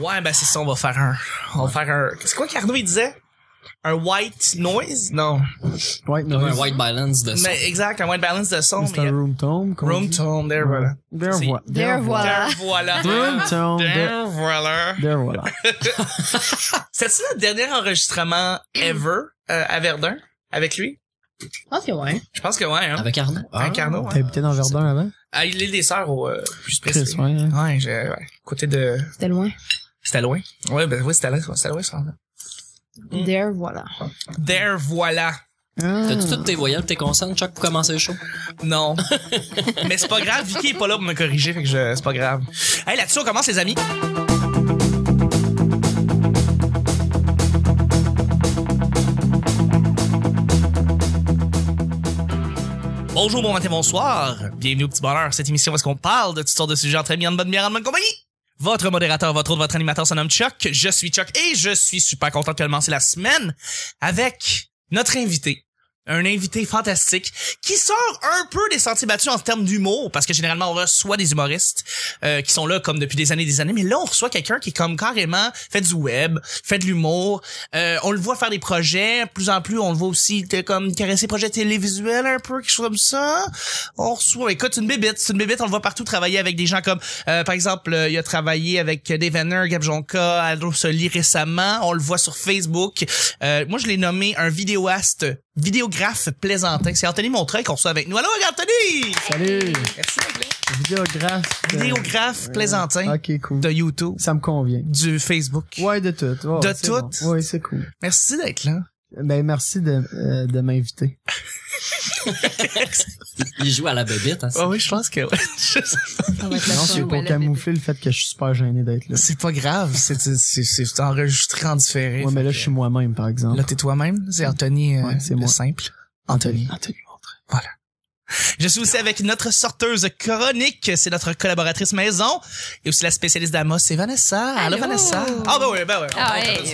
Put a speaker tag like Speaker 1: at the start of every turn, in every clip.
Speaker 1: Ouais, ben c'est ça, on va faire un. On va faire un. C'est quoi qu'Arnaud il disait? Un white noise? Non.
Speaker 2: Ouais,
Speaker 3: Comme
Speaker 2: non.
Speaker 3: un white balance de son.
Speaker 1: Mais exact, un white balance de son.
Speaker 2: C'est
Speaker 1: mais il y
Speaker 2: un
Speaker 1: a-
Speaker 2: room tone. comme on
Speaker 1: Room
Speaker 2: dit.
Speaker 1: tone, there, voilà.
Speaker 2: There
Speaker 1: C'est-
Speaker 2: voi-
Speaker 4: There voilà.
Speaker 1: There, voilà.
Speaker 2: Room tone. There
Speaker 1: There, voilà.
Speaker 2: there voilà.
Speaker 1: C'est-tu notre dernier enregistrement ever euh, à Verdun avec lui?
Speaker 4: Je pense que ouais.
Speaker 1: Je pense que ouais, hein.
Speaker 3: Avec Arnaud.
Speaker 1: Avec Arnaud, ouais.
Speaker 2: T'habitais dans Verdun avant?
Speaker 1: À l'île des Sœurs, au euh, plus
Speaker 2: Chris,
Speaker 1: précis.
Speaker 2: ouais. hein.
Speaker 1: Ouais, j'ai- ouais. Côté de.
Speaker 4: C'était loin.
Speaker 1: C'était loin? Ouais, ben oui, c'était loin, c'était loin, ça. Mm.
Speaker 4: There voilà.
Speaker 1: There, voilà.
Speaker 2: Ah.
Speaker 3: T'as-tu toutes tes voyelles, tes consonnes, Chuck, pour commencer le show?
Speaker 1: Non. Mais c'est pas grave, Vicky est pas là pour me corriger, fait que je, c'est pas grave. Hey, là-dessus, on commence, les amis. Bonjour, bon matin, bonsoir. Bienvenue au Petit Bonheur. Cette émission où est-ce qu'on parle de toutes sortes de sujets entre amis, en bonne bière, en bonne compagnie. Votre modérateur, votre autre, votre animateur se nomme Chuck. Je suis Chuck et je suis super content de commencer la semaine avec notre invité. Un invité fantastique qui sort un peu des sentiers battus en termes d'humour, parce que généralement on reçoit des humoristes euh, qui sont là comme depuis des années et des années, mais là on reçoit quelqu'un qui est comme carrément fait du web, fait de l'humour, euh, on le voit faire des projets, de plus en plus on le voit aussi de, comme caresser des projets télévisuels un peu, quelque chose comme ça. On reçoit, écoute, c'est une bébite, c'est une bébite, on le voit partout travailler avec des gens comme, euh, par exemple, euh, il a travaillé avec euh, Dave Henner, Gab Jonka, Aldo Soli récemment, on le voit sur Facebook. Euh, moi je l'ai nommé un vidéaste, vidéographe plaisantin, c'est Anthony Montreuil qu'on reçoit avec nous. Allô Anthony!
Speaker 2: Salut!
Speaker 1: Merci.
Speaker 2: Vidéographe. euh,
Speaker 1: Vidéographe plaisantin
Speaker 2: Ok, cool.
Speaker 1: hein. de YouTube,
Speaker 2: Ça me convient.
Speaker 1: du Facebook.
Speaker 2: Ouais, de tout. Ouais,
Speaker 1: De
Speaker 2: c'est
Speaker 1: tout?
Speaker 2: bon. Ouais, c'est cool.
Speaker 1: Merci d'être là.
Speaker 2: Ben, merci de, euh, de m'inviter.
Speaker 3: Il joue à la bébite, hein, ça.
Speaker 1: Ah oui, je pense que ouais. Je sais pas.
Speaker 4: Ça va être la
Speaker 2: Non,
Speaker 4: fin,
Speaker 2: c'est
Speaker 4: ouais,
Speaker 2: pour
Speaker 4: la
Speaker 2: camoufler le fait que je suis super gêné d'être là.
Speaker 1: c'est pas grave, c'est c'est- c'est c'est enregistré en différé.
Speaker 2: Ouais, mais là,
Speaker 1: Fait
Speaker 2: je suis moi-même, par
Speaker 1: que,
Speaker 2: exemple.
Speaker 1: là t'es toi-même, c'est Anthony euh,
Speaker 2: Ouais, c'est
Speaker 1: le
Speaker 2: moi.
Speaker 1: simple. Anthony.
Speaker 2: Anthony.
Speaker 1: Je suis aussi avec notre sorteuse chronique, c'est notre collaboratrice maison et aussi la spécialiste d'Amos, c'est Vanessa. Allô
Speaker 4: Allô.
Speaker 1: Vanessa. Ah bah oui, bah oui.
Speaker 4: Ah, hey.
Speaker 1: On
Speaker 2: Moi,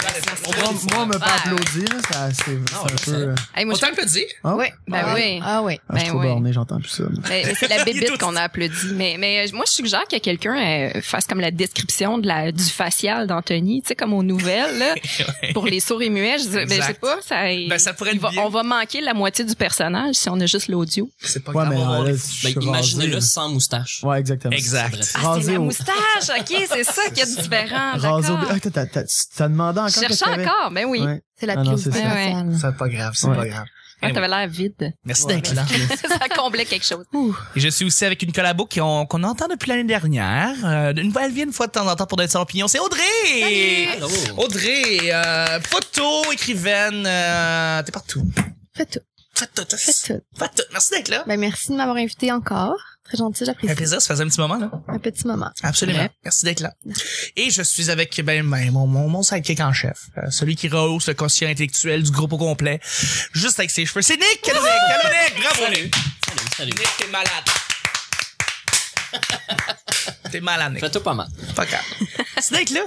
Speaker 1: t'applaudit.
Speaker 2: moi, on m'a pas
Speaker 4: Ouais.
Speaker 2: applaudi, là. ça- C'est
Speaker 3: Ah,
Speaker 2: c'est un
Speaker 3: ouais,
Speaker 2: peu. euh,
Speaker 4: Hey,
Speaker 1: On
Speaker 4: moi, je...
Speaker 1: t'applaudit.
Speaker 2: ah,
Speaker 4: ouais, ben
Speaker 1: Ah
Speaker 4: oui.
Speaker 5: Ah oui.
Speaker 2: Ah, je suis
Speaker 5: Ben
Speaker 2: trop
Speaker 5: oui.
Speaker 2: borné, j'entends plus ça. moi.
Speaker 5: Mais, mais c'est la
Speaker 1: Il est tout-
Speaker 5: bébite qu'on a applaudi. Mais, mais euh, moi, je suggère que quelqu'un euh, fasse comme la description de la, du facial d'Anthony, tu sais, comme aux nouvelles, là, pour les sourds et muets. Je dis, ben,
Speaker 1: Exact.
Speaker 5: je sais pas, ça,
Speaker 1: Ben ça pourrait
Speaker 5: il
Speaker 1: être
Speaker 5: va-
Speaker 1: bien.
Speaker 5: on va manquer la moitié du personnage si on a juste l'audio.
Speaker 1: C'est pas
Speaker 2: Ouais,
Speaker 1: grave.
Speaker 2: mais euh,
Speaker 1: on va
Speaker 2: là,
Speaker 1: les-
Speaker 2: je suis
Speaker 3: Ben, imaginez-le
Speaker 2: rasé,
Speaker 3: sans moustache.
Speaker 2: là. Ouais, exactement.
Speaker 1: Exact.
Speaker 5: Ah, c'est
Speaker 2: Rasé
Speaker 5: la
Speaker 2: au-
Speaker 5: moustache, OK, c'est ça qui est différent.
Speaker 2: Rasé au...
Speaker 5: d'accord.
Speaker 2: Ah, t'as- t'as- t'as- tu t'as demandé encore
Speaker 5: Je
Speaker 2: qu'est-ce
Speaker 5: cherchais
Speaker 2: qu'il y avait?
Speaker 5: encore, ben oui.
Speaker 2: Ouais.
Speaker 4: C'est la
Speaker 2: Ah non,
Speaker 4: pirouette
Speaker 2: c'est ça.
Speaker 4: faciale.
Speaker 1: C'est pas grave, c'est
Speaker 2: Ouais.
Speaker 1: pas grave.
Speaker 5: Ah, T'avais l'air vide.
Speaker 1: Merci
Speaker 2: Ouais.
Speaker 1: d'être là.
Speaker 5: ça comblait quelque chose.
Speaker 1: Et je suis aussi avec une collabo qui on- qu'on entend depuis l'année dernière. Euh, une, elle vient une fois de temps en temps pour d'être sans opinion. C'est Audrey!
Speaker 3: Allô?
Speaker 1: Oh. Audrey, euh, photo, écrivaine, euh, t'es partout.
Speaker 4: Fais tout,
Speaker 1: Faites tout,
Speaker 4: fais
Speaker 1: faites
Speaker 4: tout.
Speaker 1: tout, faites tout. Merci d'être là.
Speaker 4: Ben merci de m'avoir invité encore. Très gentil,
Speaker 1: Un
Speaker 4: j'apprécie.
Speaker 1: plaisir, ça faisait un petit moment, là.
Speaker 4: Un petit moment.
Speaker 1: Absolument.
Speaker 5: Ouais.
Speaker 1: Merci d'être là. Et je suis avec ben, ben, mon, mon, mon sidekick en chef, euh, celui qui rehausse le quotient intellectuel du groupe au complet, juste avec ses cheveux. C'est Nick! Allô, Nick! Allô, Nick! Bravo, Nick!
Speaker 3: Salut, salut, salut.
Speaker 1: Nick, t'es malade. t'es malade, Nick.
Speaker 3: Fais-toi pas mal.
Speaker 1: Pas grave. C'est d'être là.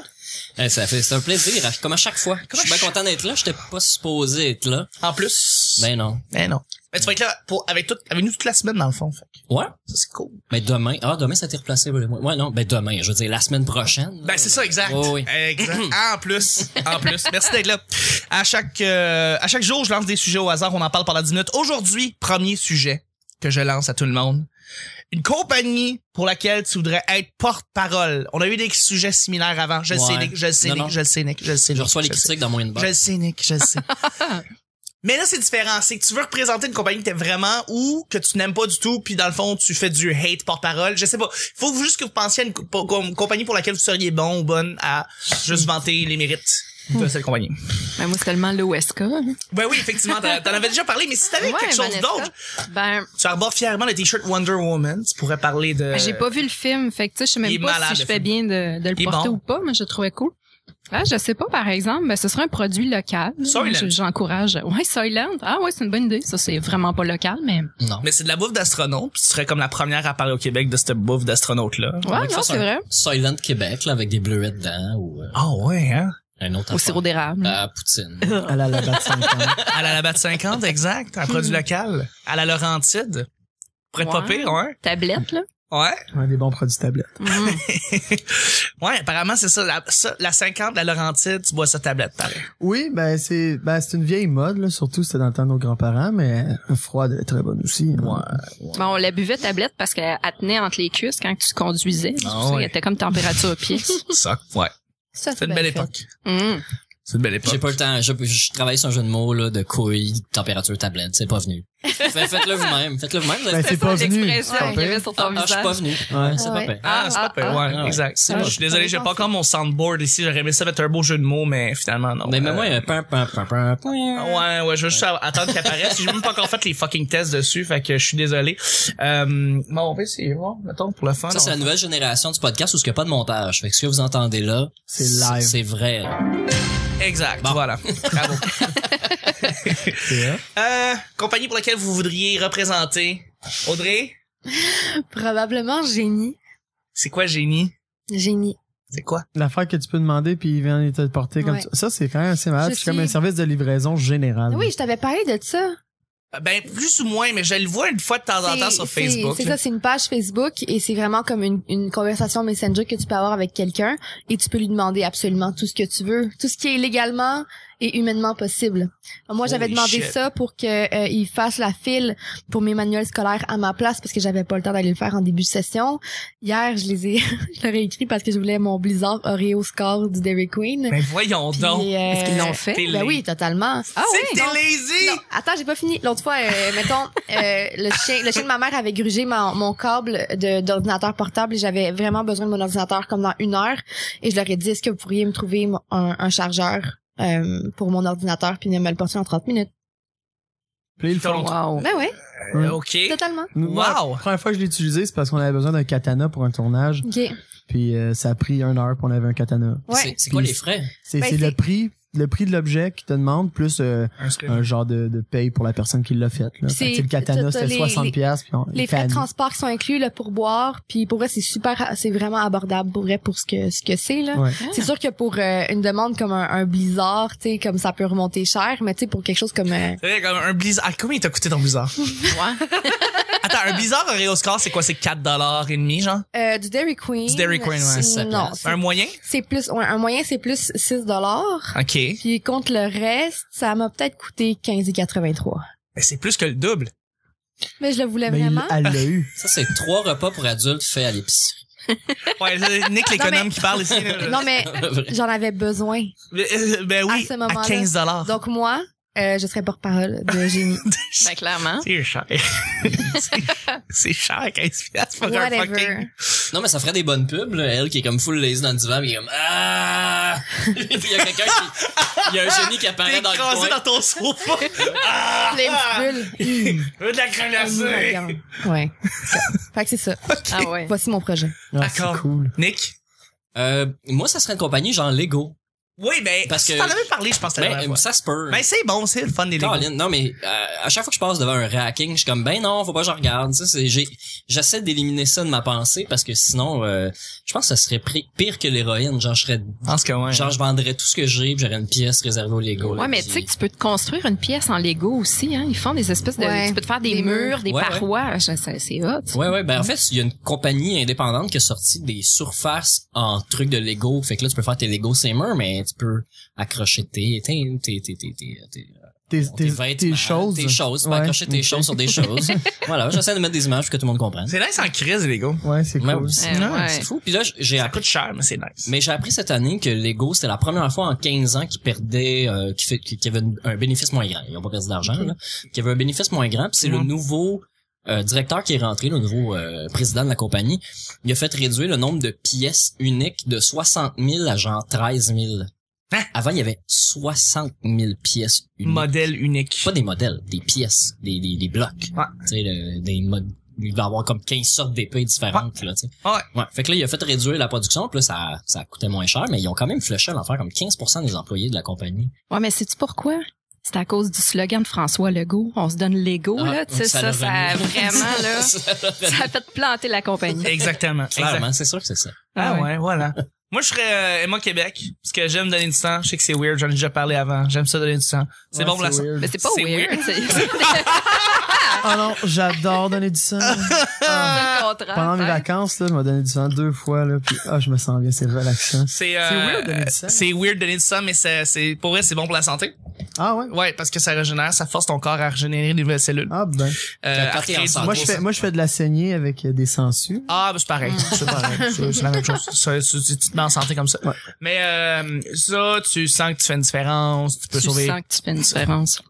Speaker 3: Eh, ça fait, c'est un plaisir, à- comme à chaque fois. Je
Speaker 1: Comme à
Speaker 3: suis bien
Speaker 1: chaque-
Speaker 3: content d'être là, j'étais pas supposé être là.
Speaker 1: En plus.
Speaker 3: Ben non.
Speaker 1: Ben non. Mais tu vas être là pour, avec, tout, avec nous toute la semaine, dans le fond. Fait. que
Speaker 3: Ouais?
Speaker 1: Ça, c'est cool.
Speaker 3: Mais demain, ah, demain, ça a été replacé. Ouais, ouais, non, ben demain, je veux dire, la semaine prochaine.
Speaker 1: Ben, c'est ça, exact.
Speaker 3: Oui, Mm-hmm. oui.
Speaker 1: Exact. Ah, en plus. En plus. Merci d'être là. À chaque, euh, à chaque jour, je lance des sujets au hasard. On en parle pendant 10 minutes. Aujourd'hui, premier sujet que je lance à tout le monde. Une compagnie pour laquelle tu voudrais être porte-parole. On a eu des sujets similaires avant. Je le sais,
Speaker 3: Ouais.
Speaker 1: Nick. Je le sais,
Speaker 3: Non,
Speaker 1: Nick.
Speaker 3: non.
Speaker 1: Je le sais, Nick. Eh, Je le sais,
Speaker 3: Je
Speaker 1: Nick.
Speaker 3: reçois les
Speaker 1: le sais.
Speaker 3: critiques dans mon inbox.
Speaker 1: Je le sais, Nick, je le sais. Mais là, c'est différent. C'est que tu veux représenter une compagnie que t'aimes vraiment ou que tu n'aimes pas du tout, puis dans le fond, tu fais du hate porte-parole. Je sais pas. Faut juste que vous pensiez à une co- po- com- compagnie pour laquelle vous seriez bon ou bonne à juste vanter les mérites de cette compagnie.
Speaker 5: Ben, moi, c'est tellement l'OSK.
Speaker 1: Ben oui, effectivement, t'en t'en avais déjà parlé, mais si t'avais
Speaker 5: Ouais,
Speaker 1: quelque chose
Speaker 5: Vanessa.
Speaker 1: d'autre,
Speaker 5: Ben,
Speaker 1: tu arbores fièrement le t-shirt Wonder Woman, tu pourrais parler de...
Speaker 5: Ah, J'ai pas vu le film, fait que tu sais, je sais
Speaker 1: Euh, il est
Speaker 5: même pas
Speaker 1: malade, le
Speaker 5: si je fais bien de, de
Speaker 1: Il est
Speaker 5: le porter
Speaker 1: bon.
Speaker 5: ou pas, mais je le trouvais cool. Ah, je sais pas, par exemple, ben, ce serait un produit local.
Speaker 1: Soylent.
Speaker 5: Je- J'encourage. Ouais, Soylent. Ah ouais, c'est une bonne idée. Ça, c'est vraiment pas local, mais.
Speaker 3: Non.
Speaker 1: Mais c'est de la bouffe d'astronaute, puis tu serais comme la première à parler au Québec de cette bouffe d'astronaute-là.
Speaker 5: Ouais,
Speaker 3: que
Speaker 5: non,
Speaker 3: ça,
Speaker 5: c'est vrai.
Speaker 3: Soylent Québec, là, avec des bleuets dedans, ou, euh,
Speaker 1: Ah ouais, hein?
Speaker 3: un autre
Speaker 5: Au sirop d'érable.
Speaker 3: À Poutine.
Speaker 2: À la la batte 50.
Speaker 1: À la Labatte Hmm. 50, exact. Un produit local. À la Laurentide. Pourrait être pas
Speaker 5: Ouais.
Speaker 1: pire, hein?
Speaker 5: Tablette, là.
Speaker 1: Ouais.
Speaker 2: Ouais, des bons produits tablettes.
Speaker 5: Mhm.
Speaker 1: Ouais, apparemment, c'est ça la, ça, la 50, la Laurentide, tu bois sa tablette, pareil.
Speaker 2: Oui, ben c'est ben c'est une vieille mode là, surtout c'était dans le temps de nos grands-parents, mais euh, froide elle est très bonne aussi. hein.
Speaker 5: Bon, on la buvait tablette parce qu'elle elle tenait entre les cuisses quand tu conduisais. C'est pour
Speaker 1: Ah
Speaker 5: ça qu'elle
Speaker 1: ouais.
Speaker 5: était comme température pièce.
Speaker 1: Ça, ouais.
Speaker 4: Ça,
Speaker 1: C'est une
Speaker 4: bien
Speaker 1: belle
Speaker 4: fait.
Speaker 1: époque.
Speaker 5: Mhm.
Speaker 1: C'est une belle
Speaker 3: J'ai pas le temps. Je, je travaille sur un jeu de mots là, de couilles, température, tablette. C'est pas venu. Fait- Faites-le vous-même. Faites-le vous-même. vous allez-
Speaker 2: Ben, c'est pas venu.
Speaker 5: L'expression
Speaker 4: Ouais.
Speaker 5: qu'il y avait sur ton
Speaker 3: Ah, ah, je suis pas
Speaker 5: visage.
Speaker 3: venu.
Speaker 2: Ouais.
Speaker 3: Ouais, c'est pas
Speaker 4: Ouais.
Speaker 3: fait.
Speaker 1: Ah, c'est
Speaker 5: Ah,
Speaker 1: pas pire.
Speaker 5: ah,
Speaker 1: ouais,
Speaker 3: ah, ouais.
Speaker 1: exact.
Speaker 3: C'est
Speaker 1: Je
Speaker 3: moche.
Speaker 1: suis désolé, j'ai pas encore mon soundboard ici. J'aurais aimé ça mettre un beau jeu de mots, mais finalement, non.
Speaker 3: Mais
Speaker 1: Euh, ah,
Speaker 3: moi, un pam, pam, pam, pam, pam.
Speaker 1: Ouais, ouais, je veux juste attendre qu'il apparaisse. J'ai même pas encore fait les fucking tests dessus, fait que je suis désolé. Euh, bon, on va essayer, voir, mettons, pour le fun.
Speaker 3: Ça, c'est
Speaker 1: on-
Speaker 3: la nouvelle génération du podcast où il n'y a pas de montage. Fait que ce que vous entendez là,
Speaker 2: C'est live.
Speaker 3: C'est vrai. là.
Speaker 1: Exact,
Speaker 3: Bon.
Speaker 1: voilà. Bravo.
Speaker 2: C'est
Speaker 1: Euh, compagnie pour laquelle vous voudriez représenter. Audrey,
Speaker 4: Probablement génie.
Speaker 1: c'est quoi Génie?
Speaker 4: Génie.
Speaker 1: C'est quoi?
Speaker 2: l'affaire que tu peux demander puis il vient te le porter comme
Speaker 4: Ouais.
Speaker 2: ça. Ça c'est quand même assez malade.
Speaker 4: Je
Speaker 2: C'est comme un
Speaker 4: suis-
Speaker 2: service de livraison général.
Speaker 4: Oui, je t'avais parlé de ça.
Speaker 1: Ben, plus ou moins, mais je le vois une fois de temps en temps
Speaker 4: C'est-
Speaker 1: sur
Speaker 4: c'est-
Speaker 1: Facebook.
Speaker 4: C'est ça, c'est une page Facebook et c'est vraiment comme une, une conversation Messenger que tu peux avoir avec quelqu'un et tu peux lui demander absolument tout ce que tu veux, tout ce qui est légalement et humainement possible. Moi, j'avais
Speaker 1: Holy
Speaker 4: demandé
Speaker 1: shit.
Speaker 4: ça pour que euh, il fasse la file pour mes manuels scolaires à ma place parce que j'avais pas le temps d'aller le faire en début de session. Hier, je les ai, je leur ai écrit parce que je voulais mon blizzard Oreo score du Dairy Queen.
Speaker 1: Ben, voyons donc.
Speaker 4: Puis, euh,
Speaker 5: Est-ce qu'ils l'ont fait?
Speaker 1: T'es
Speaker 4: Ben
Speaker 1: laid.
Speaker 4: oui, totalement. Ah
Speaker 1: c'est
Speaker 4: oui,
Speaker 1: que t'es
Speaker 4: non.
Speaker 1: lazy!
Speaker 4: Non, attends, j'ai pas fini. L'autre fois, euh, mettons, euh, le chien, le chien de ma mère avait grugé ma- mon câble de- d'ordinateur portable et j'avais vraiment besoin de mon ordinateur comme dans une heure. Et je leur ai dit, est-ce que vous pourriez me trouver mon- un, un chargeur euh, pour mon ordinateur puis de me le porter en 30 minutes?
Speaker 2: Puis ils le font.
Speaker 5: Wow.
Speaker 4: Ben ouais,
Speaker 1: Euh, ok.
Speaker 4: totalement.
Speaker 2: Moi,
Speaker 1: Wow.
Speaker 2: La première fois que je l'ai utilisé, c'est parce qu'on avait besoin d'un katana pour un tournage.
Speaker 4: OK.
Speaker 2: Puis euh, ça a pris une heure pour on avait un katana.
Speaker 4: Ouais.
Speaker 3: C'est- C'est quoi les frais?
Speaker 2: C'est
Speaker 4: Ben,
Speaker 2: c'est
Speaker 4: c'est-
Speaker 2: le prix, le prix de l'objet qui te demande plus euh, un genre de, de paye pour la personne qui l'a fait. Là.
Speaker 4: C'est-
Speaker 2: Fait que, tu sais, le katana
Speaker 4: t'as- t'as
Speaker 2: c'était
Speaker 4: les-
Speaker 2: 60 pièces puis on
Speaker 4: Les
Speaker 2: il
Speaker 4: frais de
Speaker 2: fait à nous.
Speaker 4: transport qui sont inclus, le pourboire, puis pour vrai, c'est super, c'est vraiment abordable pour vrai pour ce que ce que c'est là.
Speaker 2: Ouais.
Speaker 4: C'est sûr que pour euh, une demande comme un, un blizzard, tu sais, comme ça peut remonter cher, mais tu sais pour quelque chose comme euh,
Speaker 1: C'est vrai, comme un blizzard. Ah, combien il t'a coûté ton blizzard? Attends, un blizzard Oreo Score, c'est quoi? C'est 4,5$, genre?
Speaker 4: Euh, du Dairy Queen.
Speaker 1: Du Dairy Queen, ouais.
Speaker 4: C'est- Non, Ah, c'est-
Speaker 1: Un moyen?
Speaker 4: c'est plus ouais, un moyen c'est plus 6 dollars.
Speaker 1: OK. Ben,
Speaker 4: Puis contre le reste, ça m'a peut-être coûté 15,83.
Speaker 1: Mais c'est plus que le double.
Speaker 4: Mais je le voulais
Speaker 2: Mais Ben, il-
Speaker 4: vraiment.
Speaker 2: elle l'a eu.
Speaker 3: Ça, c'est trois repas pour adultes faits à l'épicerie.
Speaker 1: Ouais, c'est Nick l'économe
Speaker 4: mais-
Speaker 1: qui parle ici. là.
Speaker 4: Non mais
Speaker 3: Vrai.
Speaker 4: j'en avais besoin.
Speaker 1: Mais, euh, Ben oui,
Speaker 4: À ce
Speaker 1: à,
Speaker 4: moment-là.
Speaker 1: 15
Speaker 2: Ah.
Speaker 1: dollars.
Speaker 4: Donc moi, euh, je serais porte-parole de génie.
Speaker 5: Ben, clairement.
Speaker 1: C'est cher. C'est- c'est cher, 15 piastres pour un
Speaker 4: Whatever.
Speaker 1: fucking...
Speaker 3: non, mais ça ferait des bonnes pubs, là. Elle qui est comme full lazy dans le divan, puis comme, ah! Puis il y a quelqu'un qui, il y a un génie qui
Speaker 1: T'es
Speaker 3: apparaît dans le
Speaker 1: écrasé
Speaker 3: coin.
Speaker 1: dans ton sofa. Ah!
Speaker 4: Les petites bulles.
Speaker 1: Je veux de la grenadine.
Speaker 4: Hum, Ouais. Fait que c'est ça.
Speaker 5: Ah ouais.
Speaker 4: Voici mon projet.
Speaker 2: Ah, c'est
Speaker 1: D'accord.
Speaker 2: cool.
Speaker 1: Nick?
Speaker 3: Euh, moi, ça serait une compagnie genre Lego.
Speaker 1: Oui, ben,
Speaker 3: Parce
Speaker 1: tu
Speaker 3: que-
Speaker 1: t'en avais parlé, je pense, la dernière
Speaker 3: Ben,
Speaker 1: fois.
Speaker 3: ça se peut.
Speaker 1: Ben, c'est bon, c'est le fun des Legos.
Speaker 3: Caroline, non mais euh, à chaque fois que je passe devant un racking, je suis comme ben non, faut pas que je regarde. Ça, c'est j'ai j'essaie d'éliminer ça de ma pensée parce que sinon, euh, je pense que ça serait pri- pire que l'héroïne. Genre je serais,
Speaker 1: Je pense que ouais.
Speaker 3: genre je vendrais tout ce que j'ai, puis j'aurais une pièce réservée au Lego. là,
Speaker 5: Ouais, mais
Speaker 3: puis-
Speaker 5: tu sais que tu peux te construire une pièce en Lego aussi, hein. Ils font des espèces de,
Speaker 4: Ouais.
Speaker 5: tu peux te faire des,
Speaker 4: Des
Speaker 5: murs, des
Speaker 3: Ouais,
Speaker 5: parois. Je- C'est c'est hot.
Speaker 3: Ouais ouais ben en fait il y a une compagnie indépendante qui a sorti des surfaces en trucs de Lego fait que là tu peux faire tes Lego c'est murs mais tu peux accrocher tes tes tes tes tes, tes, tes,
Speaker 2: Tes,
Speaker 3: tes
Speaker 2: tes-
Speaker 3: vêtements,
Speaker 2: tes choses.
Speaker 3: tes choses tu peux
Speaker 2: Ouais. Mm-hmm.
Speaker 3: accrocher tes
Speaker 2: Ok.
Speaker 3: choses sur des choses voilà j'essaie de mettre des images pour que tout le monde comprenne
Speaker 1: C'est nice en crise, les Legos.
Speaker 2: Ouais, c'est
Speaker 3: Mais
Speaker 2: cool.
Speaker 3: c'est-
Speaker 5: Eh,
Speaker 1: non,
Speaker 5: ouais.
Speaker 3: C'est fou. Puis là, j'ai
Speaker 1: Ça
Speaker 3: appris,
Speaker 1: coûte cher, mais c'est nice.
Speaker 3: Ah. mais j'ai appris cette année que Lego, c'était la première fois en 15 ans qu'ils perdaient, euh, qu'ils fait- qu'ils- qu'il y avait une- un bénéfice moins grand. Ils ont pas perdu d'argent, là. Qu'il y avait un bénéfice moins grand. Puis c'est le
Speaker 1: Mhm.
Speaker 3: nouveau euh, directeur qui est rentré, le nouveau euh, président de la compagnie. Il a fait réduire le nombre de pièces uniques de 60 000 à genre 13 000.
Speaker 1: Hein?
Speaker 3: Avant, il y avait 60 000 pièces uniques.
Speaker 1: Modèle unique.
Speaker 3: Pas des modèles, des pièces, des, des, des blocs.
Speaker 1: Ouais.
Speaker 3: Tu sais, le- des mod- il va avoir comme 15 sortes d'épées différentes, là, tu sais.
Speaker 1: Ouais.
Speaker 3: Ouais. Fait que là, il a fait réduire la production, puis là, ça, ça coûtait moins cher, mais ils ont quand même flushé à l'enfer comme 15% des employés de la compagnie.
Speaker 5: Ouais, mais sais-tu pourquoi? C'est à cause du slogan de François Legault. On se donne Lego,
Speaker 3: Ah,
Speaker 5: là. Tu sais,
Speaker 3: l'a
Speaker 5: ça, ça a
Speaker 3: remis.
Speaker 5: vraiment, là,
Speaker 3: Ça l'a remis.
Speaker 5: ça a fait planter la compagnie.
Speaker 1: Exactement. exact.
Speaker 3: Clairement, c'est sûr que c'est ça.
Speaker 1: Ah ouais, voilà. Moi, je serais euh, Emma Québec, parce que j'aime donner du sang. Je sais que c'est weird, j'en ai déjà parlé avant. J'aime ça donner du sang. C'est
Speaker 2: Ouais,
Speaker 1: bon pour la santé.
Speaker 2: weird.
Speaker 5: Mais c'est pas
Speaker 1: C'est
Speaker 5: weird.
Speaker 1: weird.
Speaker 5: c'est-
Speaker 2: Ah non, j'adore donner du sang. Ah.
Speaker 5: contraire.
Speaker 2: Pendant mes vacances, là, je m'a donné du sang deux fois, là, puis ah, je me sens bien, c'est relaxant.
Speaker 1: C'est
Speaker 2: C'est
Speaker 1: euh,
Speaker 2: weird, donner du sang.
Speaker 1: C'est weird de donner du sang, mais c'est, c'est, pour vrai, c'est bon pour la santé.
Speaker 2: Ah ouais?
Speaker 1: Ouais, parce que ça régénère, ça force ton corps à régénérer des nouvelles cellules.
Speaker 2: Ah ben.
Speaker 1: Euh,
Speaker 3: Quand
Speaker 1: à
Speaker 3: t'es
Speaker 1: créer
Speaker 3: en
Speaker 1: du-
Speaker 3: santé.
Speaker 2: Moi, je fais, moi, je fais de la saignée avec euh, des sangsues.
Speaker 1: Ah, ben, c'est
Speaker 2: Mm.
Speaker 1: pareil. C'est pareil. C'est c'est la même chose. C'est- c'est- Tu te mets en santé comme ça.
Speaker 2: Ouais.
Speaker 1: Mais euh, ça, tu sens que tu fais une différence, tu peux
Speaker 5: tu
Speaker 1: sauver.
Speaker 5: sens que tu fais une différence.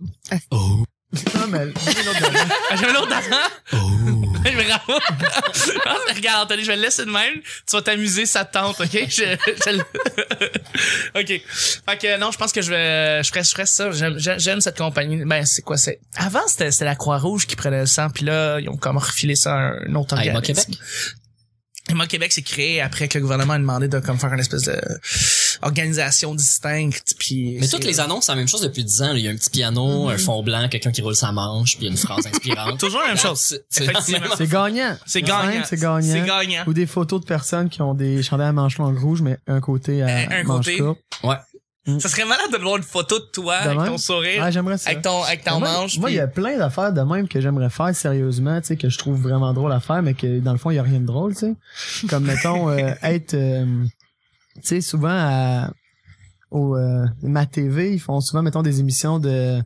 Speaker 2: Non, mais j'ai l'autre devant.
Speaker 1: Ah, J'ai un autre d'avant. Bravo. Ah, Regarde, Anthony, je vais le laisser de même. Tu vas t'amuser, ça te tente, OK? Je- je le- OK. Fait que euh, non, je pense que je vais... Je ferais, je ferais ça. J'aime- J'aime j'aime cette compagnie. Ben, c'est quoi? c'est Avant, c'était c'était la Croix-Rouge qui prenait le sang, puis là, ils ont comme refilé ça à un autre
Speaker 3: Ah, Emma
Speaker 1: organisme.
Speaker 3: Québec?
Speaker 1: Moi, Québec s'est créé après que le gouvernement a demandé de comme faire une espèce de organisation distincte puis
Speaker 3: Mais
Speaker 1: c'est-
Speaker 3: toutes les annonces, c'est la même chose depuis 10 ans. là. Il y a un petit piano,
Speaker 5: Mm-hmm.
Speaker 3: un fond blanc, quelqu'un qui roule sa manche, puis une phrase inspirante.
Speaker 1: toujours la même chose
Speaker 3: C'est- c'est-
Speaker 1: Effectivement.
Speaker 2: C'est gagnant.
Speaker 1: c'est gagnant
Speaker 2: Simple, C'est gagnant.
Speaker 1: c'est gagnant
Speaker 2: Ou des photos de personnes qui ont des chandails à manches longues rouges, mais un côté à
Speaker 1: Un
Speaker 2: manches
Speaker 1: côté.
Speaker 2: courtes.
Speaker 1: ça serait malade de voir une photo de toi
Speaker 2: De
Speaker 1: avec
Speaker 2: même?
Speaker 1: ton sourire
Speaker 2: Ah, j'aimerais ça.
Speaker 1: avec ton avec ta
Speaker 2: Mais moi,
Speaker 1: manche
Speaker 2: Moi, il
Speaker 1: puis-
Speaker 2: y a plein d'affaires de même que j'aimerais faire sérieusement, tu sais, que je trouve vraiment drôle à faire, mais que dans le fond, il y a rien de drôle, tu sais. Comme, mettons, euh, être, euh, tu sais, souvent à, au, euh, ma TV, ils font souvent, mettons, des émissions de,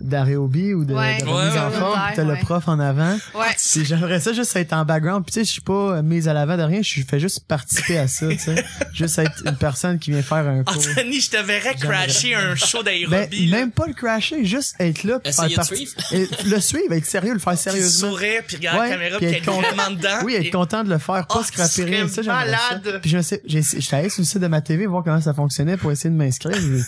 Speaker 2: d'Aréobi ou de,
Speaker 4: Ouais.
Speaker 2: de
Speaker 1: Ouais,
Speaker 2: remise en
Speaker 1: ouais,
Speaker 2: forme,
Speaker 4: ouais,
Speaker 2: puis t'as
Speaker 4: ouais.
Speaker 2: le prof en avant.
Speaker 4: Ouais.
Speaker 2: Puis J'aimerais ça juste être en background. Puis tu sais, je suis pas euh, mise à l'avant de rien, je fais juste participer à ça, tu sais. juste être une personne qui vient faire un cours.
Speaker 1: Anthony je te verrais crasher Ah, un show
Speaker 2: Ben,
Speaker 1: d'aérobie là,
Speaker 2: même pas le crasher, juste être là. puis
Speaker 3: Essayer
Speaker 2: faire
Speaker 3: de
Speaker 2: partie-
Speaker 3: suivre.
Speaker 2: et le suivre, être sérieux, le faire
Speaker 1: qui
Speaker 2: sérieusement.
Speaker 1: sourait puis regarde la
Speaker 2: Ouais,
Speaker 1: caméra
Speaker 2: puis
Speaker 1: puis
Speaker 2: être
Speaker 1: qu'elle est
Speaker 2: content.
Speaker 1: vraiment dedans
Speaker 2: Oui, être
Speaker 1: Et-
Speaker 2: content de le faire,
Speaker 1: Oh,
Speaker 2: pas se
Speaker 1: tu
Speaker 2: scraper rien.
Speaker 1: serais
Speaker 2: Ça, j'aimerais ça.
Speaker 1: malade.
Speaker 2: Puis je sais, j'ai, j'étais allé sur le site de ma TV voir comment ça fonctionnait pour essayer de m'inscrire. J'ai,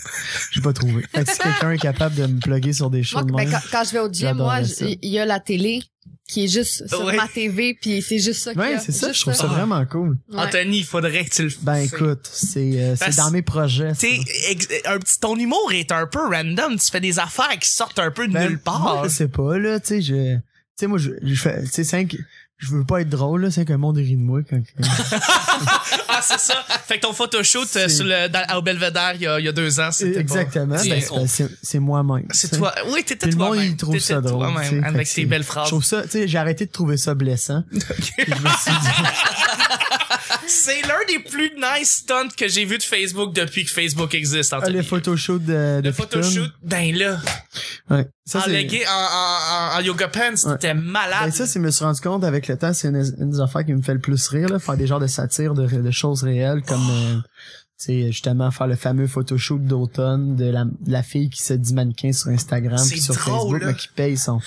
Speaker 2: j'ai pas trouvé. Fait que si quelqu'un est capable de me plugger sur des
Speaker 4: Moi,
Speaker 2: choses de
Speaker 4: ben,
Speaker 2: même,
Speaker 4: quand, quand je vais au gym,
Speaker 2: J'adorais
Speaker 4: moi,
Speaker 2: ça.
Speaker 4: j- il y a la télé qui est juste sur
Speaker 1: Ouais.
Speaker 4: ma TV, puis c'est juste ça. qu'il y
Speaker 2: ouais,
Speaker 4: a,
Speaker 2: c'est ça,
Speaker 4: juste
Speaker 2: je trouve ça
Speaker 1: ça.
Speaker 2: vraiment cool.
Speaker 4: Ouais.
Speaker 1: Anthony il faudrait que tu le
Speaker 2: Ben
Speaker 1: fasses.
Speaker 2: écoute, c'est, euh,
Speaker 1: Parce-
Speaker 2: c'est dans mes projets. ça.
Speaker 1: Tu sais, ex- un petit ton humour est un peu random tu fais des affaires qui sortent un peu de
Speaker 2: Ben,
Speaker 1: nulle
Speaker 2: Moi,
Speaker 1: part
Speaker 2: je sais pas, là, tu sais, je, tu sais, moi, je, je fais, tu sais, cinq, je veux pas être drôle, là, c'est qu'un monde rit de moi quand,
Speaker 1: Ah, c'est ça. Fait que ton photoshoot euh,
Speaker 2: C'est-
Speaker 1: sur le, dans, au Belvedere il y, a, il y a deux ans, c'était pas-
Speaker 2: Exactement,
Speaker 3: C'est-
Speaker 2: ben, c'est, ben, c'est, c'est moi-même.
Speaker 1: C'est
Speaker 2: tu sais.
Speaker 1: toi. Oui, t'étais
Speaker 2: Tout le
Speaker 1: toi-même.
Speaker 2: monde, il trouve ça
Speaker 1: T'étais
Speaker 2: drôle. tu sais.
Speaker 1: Toi-même, avec
Speaker 2: Fait que
Speaker 1: tes
Speaker 2: c'est-
Speaker 1: belles
Speaker 2: Je
Speaker 1: phrases.
Speaker 2: trouve ça, tu sais, j'ai arrêté de trouver ça blessant. Puis je me suis dit,
Speaker 1: C'est l'un des plus nice stunts que j'ai vu de Facebook depuis que Facebook existe,
Speaker 2: ah,
Speaker 1: Anthony.
Speaker 2: le photoshoot de, de
Speaker 1: Le Ah,
Speaker 2: Piton.
Speaker 1: photoshoot, ben là,
Speaker 2: Ouais. Ça,
Speaker 1: en,
Speaker 2: c'est,
Speaker 1: legging- en, en, en- en yoga pants, t'étais
Speaker 2: ben,
Speaker 1: malade.
Speaker 2: ça, c'est, je me suis rendu compte avec le temps, c'est une, une des affaires qui me fait le plus rire, là. Faire des genres de satires de, de choses réelles,
Speaker 1: Oh.
Speaker 2: comme, euh, tu sais, justement, faire le fameux photoshoot d'automne de la, de la fille qui se dit mannequin sur Instagram,
Speaker 1: C'est
Speaker 2: puis sur
Speaker 1: drôle,
Speaker 2: Facebook,
Speaker 1: là.
Speaker 2: mais qui paye son,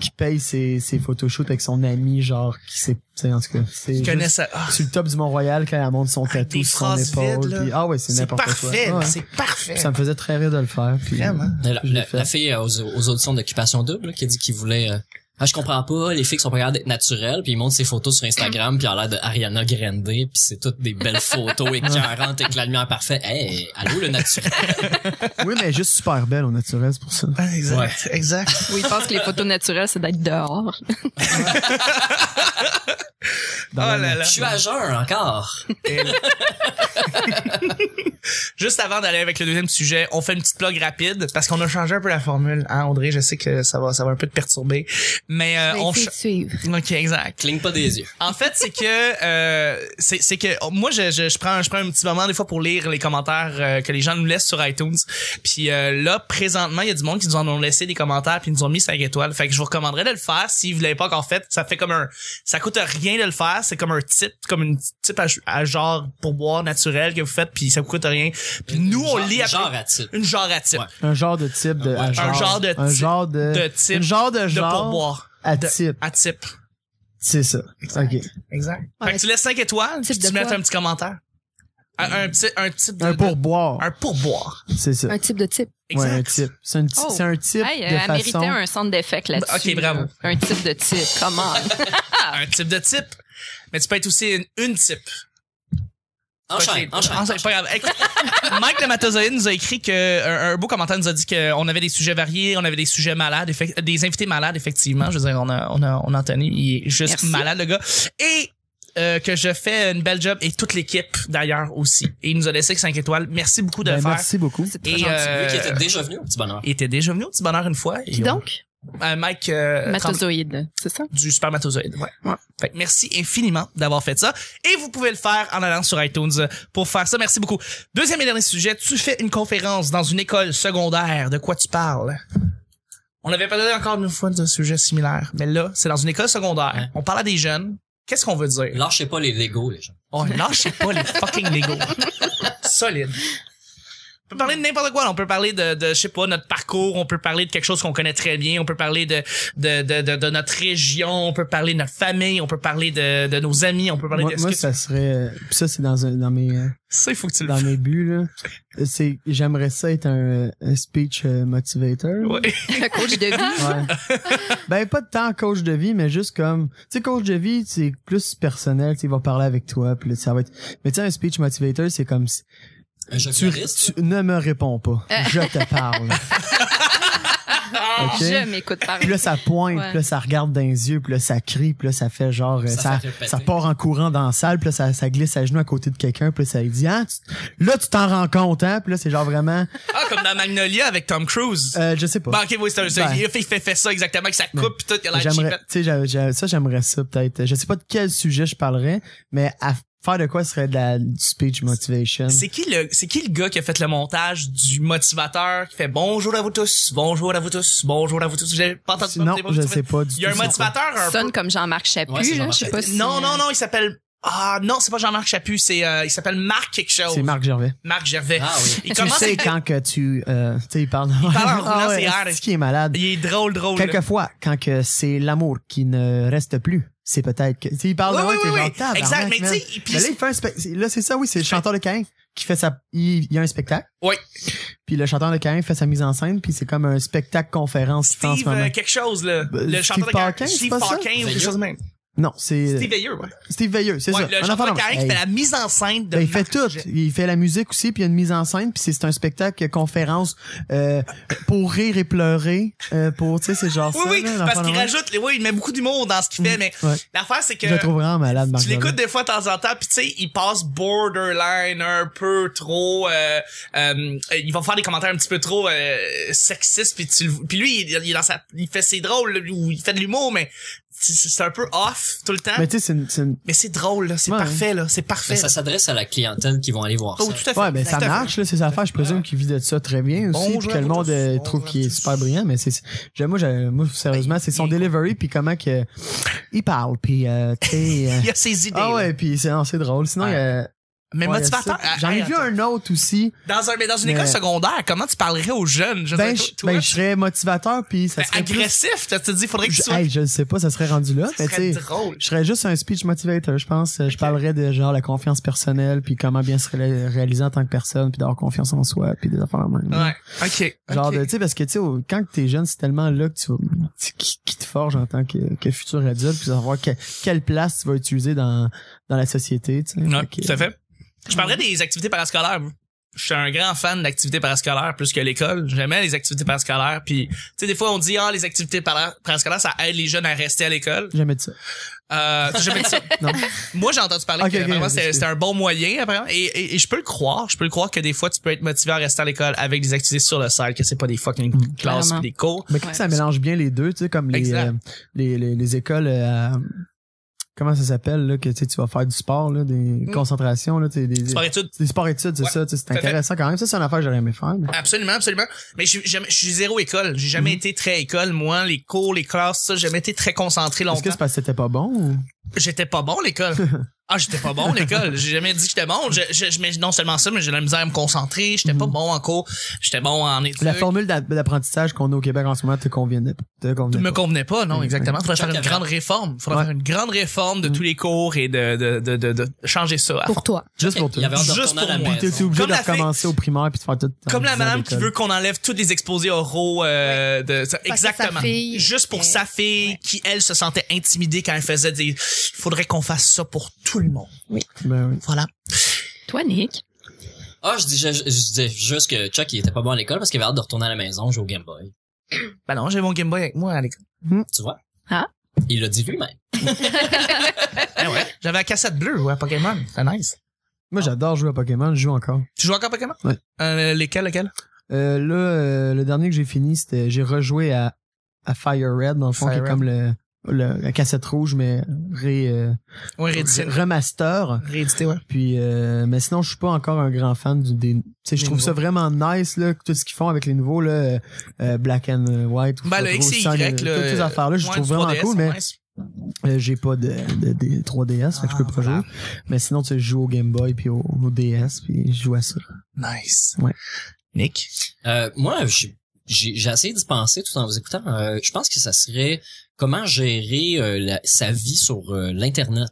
Speaker 2: qui paye ses, ses photoshoots avec son ami, genre, qui s'est, tu sais, en tout cas, c'est
Speaker 1: je
Speaker 2: juste-
Speaker 1: connais ça. Ah,
Speaker 2: sur le top du Mont-Royal quand elle monte son tatou
Speaker 1: des
Speaker 2: sur son
Speaker 1: phrases
Speaker 2: épaule.
Speaker 1: vides, là.
Speaker 2: puis- ah ouais, c'est
Speaker 1: c'est
Speaker 2: n'importe quoi.
Speaker 1: parfait,
Speaker 2: Ouais.
Speaker 1: c'est parfait.
Speaker 2: Ça me faisait très rire de le faire. Puis,
Speaker 1: Vraiment.
Speaker 3: La, la-
Speaker 2: Je l'ai
Speaker 3: la
Speaker 2: fait.
Speaker 3: fille euh, aux, aux auditions d'occupation double là, qui a dit qu'il voulait euh, ah je comprends pas les filles qui sont pas capables d'être naturelles puis ils montrent ses photos sur Instagram puis elle a l'air de Ariana Grande puis c'est toutes des belles photos éclairantes avec la lumière parfaite hey allô le naturel
Speaker 2: Oui, mais juste super belle au naturel, c'est pour ça.
Speaker 1: Ah, Exact, exact.
Speaker 5: Oui, je pense que les photos naturelles, c'est d'être dehors.
Speaker 2: Dans
Speaker 1: oh
Speaker 2: la
Speaker 1: là
Speaker 2: nature.
Speaker 1: là.
Speaker 3: je suis à jeun encore
Speaker 1: Juste avant d'aller avec le deuxième sujet, on fait une petite plug rapide parce qu'on a changé un peu la formule. Hein, Audrey, je sais que ça va, ça va un peu te perturber, mais euh,
Speaker 4: Je vais
Speaker 1: on.
Speaker 4: essayer
Speaker 1: cha-
Speaker 4: Ben, de suivre.
Speaker 1: Ok, exact.
Speaker 3: cligne pas des yeux
Speaker 1: En fait, c'est que euh, c'est c'est que oh, moi je, je, je prends je prends un petit moment des fois pour lire les commentaires euh, que les gens nous laissent sur iTunes. Puis euh, là présentement, il y a du monde qui nous en ont laissé des commentaires puis ils nous ont mis 5 étoiles. Fait que je vous recommanderais de le faire si vous l'avez pas encore fait. Ça fait comme un ça coûte rien de le faire, c'est comme un type comme une type à, à genre pour boire naturel que vous faites puis ça vous coûte rien. Puis nous on
Speaker 3: Genre-
Speaker 1: lit après
Speaker 3: genre à type
Speaker 1: une genre à type
Speaker 3: Ouais.
Speaker 2: Un genre de type de.
Speaker 3: Un
Speaker 2: genre,
Speaker 1: genre de
Speaker 2: Un
Speaker 1: type-
Speaker 2: genre de.
Speaker 1: de type
Speaker 2: un genre de
Speaker 1: de
Speaker 2: genre
Speaker 1: pourboire
Speaker 2: à
Speaker 1: de-
Speaker 2: type.
Speaker 1: à type.
Speaker 2: C'est ça.
Speaker 1: Exact.
Speaker 2: OK.
Speaker 1: Exact.
Speaker 4: Ouais,
Speaker 1: Fait que tu laisses 5 étoiles, puis
Speaker 4: Type
Speaker 1: tu
Speaker 4: de
Speaker 1: mets
Speaker 4: quoi?
Speaker 1: un petit commentaire. Un, un petit un type de
Speaker 2: Un
Speaker 1: de-
Speaker 2: pourboire.
Speaker 1: un pourboire.
Speaker 2: C'est ça.
Speaker 4: Un type de type.
Speaker 1: Exact.
Speaker 2: Ouais, un type. C'est un, ti-
Speaker 5: Oh.
Speaker 2: c'est un type
Speaker 5: Hey, euh,
Speaker 2: de
Speaker 5: elle méritait
Speaker 2: façon.
Speaker 5: un centre d'effet là-dessus.
Speaker 1: Ok, bravo.
Speaker 5: Un type de type. Comment?
Speaker 1: Un type de type. Mais tu peux être aussi une, une type.
Speaker 3: enchaîne
Speaker 1: Fait que-
Speaker 3: enchaîne
Speaker 1: enchaîne, Ah, pas grave. Écoute, Mike de Matazoïde nous a écrit que un, un beau commentaire nous a dit qu'on avait des sujets variés, on avait des sujets malades, effect- des invités malades, effectivement. Je veux dire, on a, on a, on a Anthony, il est juste
Speaker 5: Merci.
Speaker 1: malade, le gars. Et euh, que je fais une belle job et toute l'équipe d'ailleurs aussi. Et il nous a laissé 5 étoiles. Merci beaucoup de
Speaker 2: Ben,
Speaker 1: le faire.
Speaker 2: merci beaucoup.
Speaker 5: C'est très
Speaker 1: Et
Speaker 5: gentil.
Speaker 1: euh,
Speaker 3: lui qui était déjà venu au petit bonheur
Speaker 1: il était déjà venu au petit bonheur une fois.
Speaker 4: Qui
Speaker 1: Et on-
Speaker 4: donc?
Speaker 1: Euh, Mike euh, Tremblay
Speaker 5: Matozoïde, c'est ça?
Speaker 1: du spermatozoïde. Ouais.
Speaker 5: Ouais.
Speaker 1: Fait que merci infiniment d'avoir fait ça. Et vous pouvez le faire en allant sur iTunes pour faire ça. Merci beaucoup. Deuxième et dernier sujet, tu fais une conférence dans une école secondaire. De quoi tu parles? On avait parlé encore une fois d'un sujet similaire, mais là, c'est dans une école secondaire.
Speaker 3: Ouais.
Speaker 1: On parle à des jeunes. Qu'est-ce qu'on veut dire?
Speaker 3: Lâchez pas les Legos, les gens.
Speaker 1: On Oh, lâchez pas les fucking Lego. Solide. On peut parler de n'importe quoi. là. On peut parler de, de, je sais pas, notre parcours. On peut parler de quelque chose qu'on connaît très bien. On peut parler de, de, de, de, de notre région. On peut parler de notre famille. On peut parler de, de nos amis. On peut parler
Speaker 2: Moi,
Speaker 1: de ce
Speaker 2: moi,
Speaker 1: que
Speaker 2: ça serait. euh, pis ça, c'est dans, un- dans mes. euh,
Speaker 1: ça, il faut que tu le
Speaker 2: dans mes buts là c'est j'aimerais ça être un, euh, un speech euh, motivator
Speaker 1: Ouais.
Speaker 5: Le coach de vie.
Speaker 2: Ouais. ben pas tant coach de vie mais juste comme tu sais coach de vie c'est plus personnel tu sais, il va parler avec toi puis là, ça va être mais tu sais un speech motivator c'est comme si-
Speaker 3: Un jeu
Speaker 2: tu,
Speaker 3: tu...
Speaker 2: tu ne me réponds pas je te parle Ok?
Speaker 5: Je m'écoute parler.
Speaker 2: puis là ça pointe
Speaker 5: Ouais.
Speaker 2: puis là ça regarde dans les yeux puis là ça crie puis là ça fait genre euh,
Speaker 3: Ça
Speaker 2: ça
Speaker 3: fait répéter.
Speaker 2: ça part en courant dans la salle puis là ça, ça glisse à genoux à côté de quelqu'un puis là ça lui dit ah tu- là tu t'en rends compte hein puis là c'est genre vraiment
Speaker 1: Ah, comme dans Magnolia avec Tom Cruise.
Speaker 2: euh, je sais pas
Speaker 1: Bah, ok, oui, c'est un, c'est un-
Speaker 2: Ben.
Speaker 1: il fait, fait, fait ça exactement, que ça coupe pis tout, il a la
Speaker 2: J'aimerais,
Speaker 1: chipette.
Speaker 2: tu sais, j'a- j'a- ça, j'aimerais ça, peut-être. Je sais pas de quel sujet je parlerais, mais à faire de quoi serait de la, du speech motivation.
Speaker 1: C'est qui le, c'est qui le gars qui a fait le montage du motivateur qui fait bonjour à vous tous, bonjour à vous tous, bonjour à vous tous. J'ai pas entendu
Speaker 2: Non,
Speaker 1: j'ai pas
Speaker 2: je
Speaker 1: entendu-
Speaker 2: sais pas du tout.
Speaker 1: Il y a un
Speaker 2: c'est euh, quoi.
Speaker 1: motivateur un
Speaker 5: Sonne comme Jean-Marc Chaput,
Speaker 3: Ouais, c'est
Speaker 5: là.
Speaker 3: Jean-Marc
Speaker 5: Je sais pas si.
Speaker 1: Non, non, non, il s'appelle. Ah non, c'est pas Jean-Marc Chaput, c'est euh, il s'appelle Marc quelque chose.
Speaker 2: C'est Marc Gervais.
Speaker 1: Marc Gervais.
Speaker 3: Ah oui.
Speaker 1: Il
Speaker 2: Tu
Speaker 1: commence
Speaker 2: sais
Speaker 1: à-
Speaker 2: quand que tu, euh, tu sais, il parle. Il
Speaker 1: parle en roulant ses airs.
Speaker 2: qui est malade.
Speaker 1: Il est drôle, drôle.
Speaker 2: Quelquefois, quand que c'est l'amour qui ne reste plus, c'est peut-être que, tu sais, il parle
Speaker 1: Oui,
Speaker 2: de
Speaker 1: oui,
Speaker 2: t'es
Speaker 1: oui,
Speaker 2: genre,
Speaker 1: oui.
Speaker 2: tabarnak,
Speaker 1: Exact, mais tu
Speaker 2: man.
Speaker 1: sais, il- puis-
Speaker 2: Mais là, il fait un spec- là, c'est ça, oui, c'est le chanteur de Caen qui fait sa, il, il y a un spectacle.
Speaker 1: Oui.
Speaker 2: Puis le chanteur de Caen fait sa mise en scène, puis c'est comme un spectacle conférence en ce
Speaker 1: Steve
Speaker 2: moment.
Speaker 1: euh, quelque chose là.
Speaker 2: Ben,
Speaker 1: le
Speaker 2: Steve
Speaker 1: chanteur de
Speaker 2: Parkin, c'est
Speaker 1: Steve
Speaker 2: pas ça?
Speaker 1: Parkin ou quelque chose de même.
Speaker 2: Non, c'est
Speaker 1: Steve Veilleux, ouais.
Speaker 2: Steve Veilleux, c'est
Speaker 1: Ouais,
Speaker 2: ça.
Speaker 1: le
Speaker 2: Un
Speaker 1: chanteur
Speaker 2: enfant
Speaker 1: de
Speaker 2: d'homme.
Speaker 1: Carré qui
Speaker 2: Hey,
Speaker 1: fait la mise en scène de
Speaker 2: ben, il fait
Speaker 1: Marc
Speaker 2: tout.
Speaker 1: Gervais.
Speaker 2: Il fait la musique aussi, puis il y a une mise en scène, puis c'est c'est un spectacle, conférence euh, pour rire et pleurer. euh, pour, tu sais, c'est genre
Speaker 1: Oui,
Speaker 2: ça.
Speaker 1: oui,
Speaker 2: là, un
Speaker 1: parce
Speaker 2: enfant
Speaker 1: qu'il
Speaker 2: d'homme.
Speaker 1: rajoute, oui, il met beaucoup d'humour dans ce qu'il fait, mais
Speaker 2: Ouais.
Speaker 1: l'affaire c'est que
Speaker 2: Je le trouve vraiment malade, Marc
Speaker 1: tu l'écoutes
Speaker 2: Gervais.
Speaker 1: des fois de temps en temps, puis tu sais, il passe borderline un peu trop. Euh, euh, il va faire des commentaires un petit peu trop euh, sexistes, puis tu, le- puis lui, il, il, est dans sa- il fait ses drôles, là, ou il fait de l'humour, mais c'est- c'est un peu off tout le temps.
Speaker 2: Mais
Speaker 1: Mais,
Speaker 2: tu sais, c'est une- c'est une-
Speaker 1: c'est drôle, là, c'est
Speaker 2: Ouais.
Speaker 1: parfait, là, c'est parfait.
Speaker 3: Mais ça s'adresse à la clientèle qui vont aller voir
Speaker 1: Oh,
Speaker 3: ça.
Speaker 1: tout à fait.
Speaker 2: Ouais, ben
Speaker 1: Tout
Speaker 2: ça
Speaker 1: à fait.
Speaker 2: marche, là, ces affaires. Je présume qu'il vit de ça très bien aussi.
Speaker 1: Bonjour
Speaker 2: puis
Speaker 1: à
Speaker 2: que le
Speaker 1: vous
Speaker 2: monde
Speaker 1: tous.
Speaker 2: euh,
Speaker 1: Bonjour
Speaker 2: trouve
Speaker 1: à
Speaker 2: qu'il est
Speaker 1: tous.
Speaker 2: super brillant, mais c'est, j'aime- moi, j'aime- moi, sérieusement, c'est son
Speaker 1: il est
Speaker 2: delivery, puis comment que, il parle, puis euh, tu sais, euh,
Speaker 1: Il y a ses idées.
Speaker 2: ah
Speaker 1: là.
Speaker 2: ouais, puis c'est, non, c'est drôle. Sinon, il y a,
Speaker 1: Mais
Speaker 2: ouais, il y a
Speaker 1: motivateur. ah,
Speaker 2: ça. J'en ai
Speaker 1: Hey,
Speaker 2: vu
Speaker 1: attends.
Speaker 2: un autre aussi.
Speaker 1: Dans, un, mais dans une
Speaker 2: Mais-
Speaker 1: école secondaire, comment tu parlerais aux jeunes? Je
Speaker 2: Ben,
Speaker 1: sais pas,
Speaker 2: je,
Speaker 1: toi,
Speaker 2: ben, je
Speaker 1: tu-
Speaker 2: serais motivateur, puis ça
Speaker 1: ben,
Speaker 2: serait plus-
Speaker 1: agressif, tu te dis, faudrait que tu
Speaker 2: Je,
Speaker 1: sois.
Speaker 2: hey, je le sais pas, ça serait rendu là,
Speaker 1: ça
Speaker 2: mais
Speaker 1: serait
Speaker 2: tu sais,
Speaker 1: drôle.
Speaker 2: je serais juste un speech motivator, je pense. Je parlerais de genre la confiance personnelle, puis comment bien se ré- réaliser en tant que personne, puis d'avoir confiance en soi, puis des affaires de même.
Speaker 1: Ouais. OK.
Speaker 2: Genre
Speaker 1: OK.
Speaker 2: de, tu sais, parce que tu sais, au- quand t'es jeune, c'est tellement là que tu, tu- qui, qui te forge en tant que, que futur adulte, puis savoir que- quelle place tu vas utiliser dans, dans la société, tu sais.
Speaker 1: Ouais,
Speaker 2: Fait que-
Speaker 1: tout à fait. Je parlerais des activités parascolaires. moi. Je suis un grand fan d'activités parascolaires plus que l'école. J'aimais les activités parascolaires. Puis, tu sais, des fois, on dit, ah, les activités para- parascolaires, ça aide les jeunes à rester à l'école.
Speaker 2: Jamais de ça.
Speaker 1: Euh, t'as jamais dit ça?
Speaker 2: Non.
Speaker 1: Moi, j'ai entendu parler
Speaker 2: Ok,
Speaker 1: que
Speaker 2: ok,
Speaker 1: apparemment, c'était
Speaker 2: excuse.
Speaker 1: c'était un bon moyen, apparemment. Et, et, et je peux le croire. Je peux le croire que des fois, tu peux être motivé à rester à l'école avec des activités sur le site, que c'est pas des fucking classes
Speaker 2: Mm.
Speaker 1: pis
Speaker 5: Clairement.
Speaker 1: des cours.
Speaker 2: Mais quand
Speaker 5: Ouais.
Speaker 2: ça mélange bien les deux, tu sais, comme les,
Speaker 1: Exact.
Speaker 2: euh, les, les, les écoles, euh, à- comment ça s'appelle, là, que tu sais, tu vas faire du sport, là, des
Speaker 1: Mm.
Speaker 2: concentrations, là, tu sais, des,
Speaker 1: Sport études.
Speaker 2: des sports-études, c'est
Speaker 1: Ouais,
Speaker 2: ça, tu sais, c'est
Speaker 1: tout à fait.
Speaker 2: intéressant quand même. Ça, c'est une affaire que j'aurais aimé faire. mais-
Speaker 1: Absolument, absolument. Mais je suis jamais- je suis zéro école. J'ai
Speaker 2: Mm.
Speaker 1: jamais été très école. Moi, les cours, les classes, ça, j'ai jamais été très concentré
Speaker 2: Est-ce que
Speaker 1: longtemps.
Speaker 2: c'est parce que c'était pas bon ou?
Speaker 1: j'étais pas bon à l'école. Ah, j'étais pas bon à l'école. J'ai jamais dit que j'étais bon. Je, je, je- mais non seulement ça, mais j'ai de la misère à me concentrer. J'étais pas
Speaker 2: Mhm.
Speaker 1: bon en cours. J'étais bon en études.
Speaker 2: La formule d'a- d'apprentissage qu'on a au Québec en ce moment te convenait pas. Te
Speaker 1: ne
Speaker 2: convenait
Speaker 1: me
Speaker 2: pas.
Speaker 1: convenait pas, non,
Speaker 2: Mhm.
Speaker 1: exactement. Faudrait faire une
Speaker 3: Chaque
Speaker 1: grande réforme. Faudrait
Speaker 2: Ouais.
Speaker 1: faire une grande réforme de tous les cours et de, de, de, de, de changer ça. à fond.
Speaker 4: Pour toi.
Speaker 2: Juste pour
Speaker 3: Il y
Speaker 2: toi.
Speaker 3: avait hâte de
Speaker 1: Juste
Speaker 3: retourner à la
Speaker 1: pour moi.
Speaker 2: T'es
Speaker 3: maison.
Speaker 2: t'es obligé
Speaker 1: Comme
Speaker 2: de
Speaker 1: la fille-
Speaker 2: recommencer au primaire puis de faire tout. en
Speaker 1: Comme la
Speaker 2: disant
Speaker 1: madame qui
Speaker 2: l'école.
Speaker 1: veut qu'on enlève tous les exposés oraux euh, de ça-
Speaker 4: que
Speaker 1: exactement
Speaker 4: sa fille-
Speaker 1: juste pour
Speaker 4: euh,
Speaker 1: sa fille qui elle se sentait intimidée quand elle faisait des faudrait qu'on fasse ça pour tout le monde.
Speaker 2: Ben oui.
Speaker 1: Voilà.
Speaker 5: Toi, Nick.
Speaker 3: Ah, je dis, je, je disais juste que Chuck, il était pas bon à l'école parce qu'il avait hâte de retourner à la maison jouer au Game Boy.
Speaker 1: Ben non, j'ai mon Game Boy avec moi à l'école.
Speaker 3: Tu vois?
Speaker 5: Ah.
Speaker 3: Il l'a dit lui-même.
Speaker 1: Ah ouais. J'avais la cassette bleue ouais, à Pokémon. C'est nice.
Speaker 2: Moi, j'adore jouer à Pokémon, je joue encore.
Speaker 1: Tu joues encore à Pokémon?
Speaker 2: Ouais.
Speaker 1: Euh, lesquels, lesquels?
Speaker 2: Euh, là, euh, le dernier que j'ai fini, c'était j'ai rejoué à à Fire Red, dans le fond,
Speaker 1: Fire
Speaker 2: qui est
Speaker 1: Red.
Speaker 2: comme le, le- la cassette rouge, mais ré, euh,
Speaker 1: Ouais, réédité.
Speaker 2: remaster.
Speaker 1: Réédité, ouais.
Speaker 2: Puis, euh, mais sinon, je suis pas encore un grand fan du. Des, tu sais, je
Speaker 1: Les
Speaker 2: trouve ça vraiment nice, là, tout ce qu'ils font avec les nouveaux, là, euh, euh, Black and White. ou
Speaker 1: Ben,
Speaker 2: je
Speaker 1: le
Speaker 2: sais pas
Speaker 1: X
Speaker 2: trop,
Speaker 1: et Y,
Speaker 2: Sun, euh,
Speaker 1: là.
Speaker 2: Toutes ces affaires-là, je
Speaker 1: ouais,
Speaker 2: trouve
Speaker 1: du
Speaker 2: vraiment
Speaker 1: 3DS,
Speaker 2: cool, mais
Speaker 1: nice.
Speaker 2: euh, j'ai pas de, de, de 3DS, fait que je peux
Speaker 1: Ah,
Speaker 2: pas
Speaker 1: voilà.
Speaker 2: jouer. Mais sinon, tu sais, je joue au Game Boy puis au, au DS, puis je joue à ça.
Speaker 1: Nice.
Speaker 2: Ouais.
Speaker 1: Nick?
Speaker 3: Euh, moi, j'ai j'ai- j'ai essayé d'y penser tout en vous écoutant. Euh, je pense que ça serait comment gérer euh, la- sa vie sur euh, l'internet,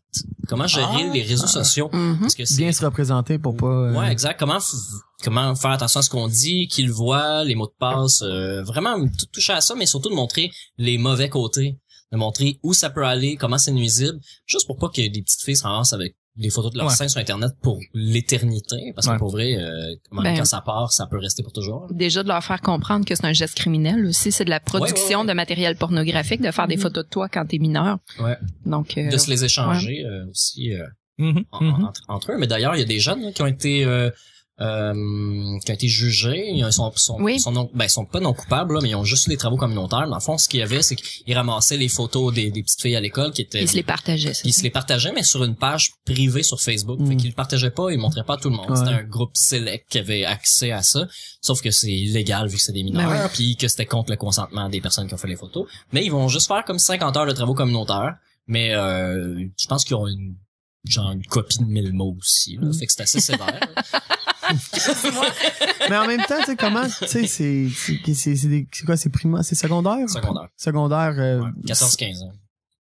Speaker 3: comment gérer
Speaker 1: Ah.
Speaker 3: les réseaux sociaux. Parce que c'est
Speaker 2: Bien se représenter pour pas. euh,
Speaker 3: Ouais, exact. Comment f- comment faire attention à ce qu'on dit, qui le voit, les mots de passe, euh, vraiment t- toucher à ça, mais surtout de montrer les mauvais côtés, de montrer où ça peut aller, comment c'est nuisible, juste pour pas que des petites filles se ramassent avec des photos de leur
Speaker 1: Ouais.
Speaker 3: sein sur internet pour l'éternité, parce
Speaker 1: Ouais.
Speaker 3: que pour vrai, euh, comment-
Speaker 5: Ben.
Speaker 3: quand ça part, ça peut rester pour toujours.
Speaker 5: Déjà de leur faire comprendre que c'est un geste criminel aussi, c'est de la production
Speaker 3: Ouais, ouais, ouais.
Speaker 5: de matériel pornographique, de faire des photos de toi quand t'es mineur.
Speaker 3: Ouais.
Speaker 5: Donc, euh,
Speaker 3: De se les échanger euh, aussi. euh,
Speaker 1: Mhm,
Speaker 2: Ah,
Speaker 3: en-
Speaker 1: mhm.
Speaker 3: entre, entre eux. Mais d'ailleurs, il y a des jeunes là, qui ont été euh, euh, qui ont été jugés. Ils sont, sont,
Speaker 5: Oui.
Speaker 3: sont non- ben, ils sont pas non coupables, là, mais ils ont juste eu des travaux communautaires. Dans le fond, ce qu'il y avait, c'est qu'ils ramassaient les photos des, des petites filles à l'école qui étaient.
Speaker 5: ils se les partageaient. c'est
Speaker 3: Ils
Speaker 5: ça.
Speaker 3: se les partageaient, mais sur une page privée sur Facebook.
Speaker 2: Mm.
Speaker 3: Fait qu'ils le partageaient pas, ils montraient pas à tout le monde.
Speaker 2: Ouais.
Speaker 3: C'était un groupe select qui avait accès à ça. Sauf que c'est illégal vu que c'est des mineurs,
Speaker 5: Ben
Speaker 3: puis que c'était contre le consentement des personnes qui ont fait les photos. Mais ils vont juste faire comme 50 heures de travaux communautaires. Mais euh, je pense qu'ils ont une genre une copie de 1000 mots aussi.
Speaker 2: Mm.
Speaker 3: là. Fait que c'est assez sévère. là.
Speaker 2: Mais en même temps, tu sais, comment, tu sais, c'est, c'est, c'est, c'est des- c'est quoi, c'est primaire, c'est secondaire?
Speaker 3: Secondaire.
Speaker 2: Secondaire, euh,
Speaker 3: Ouais. 14-15 ans.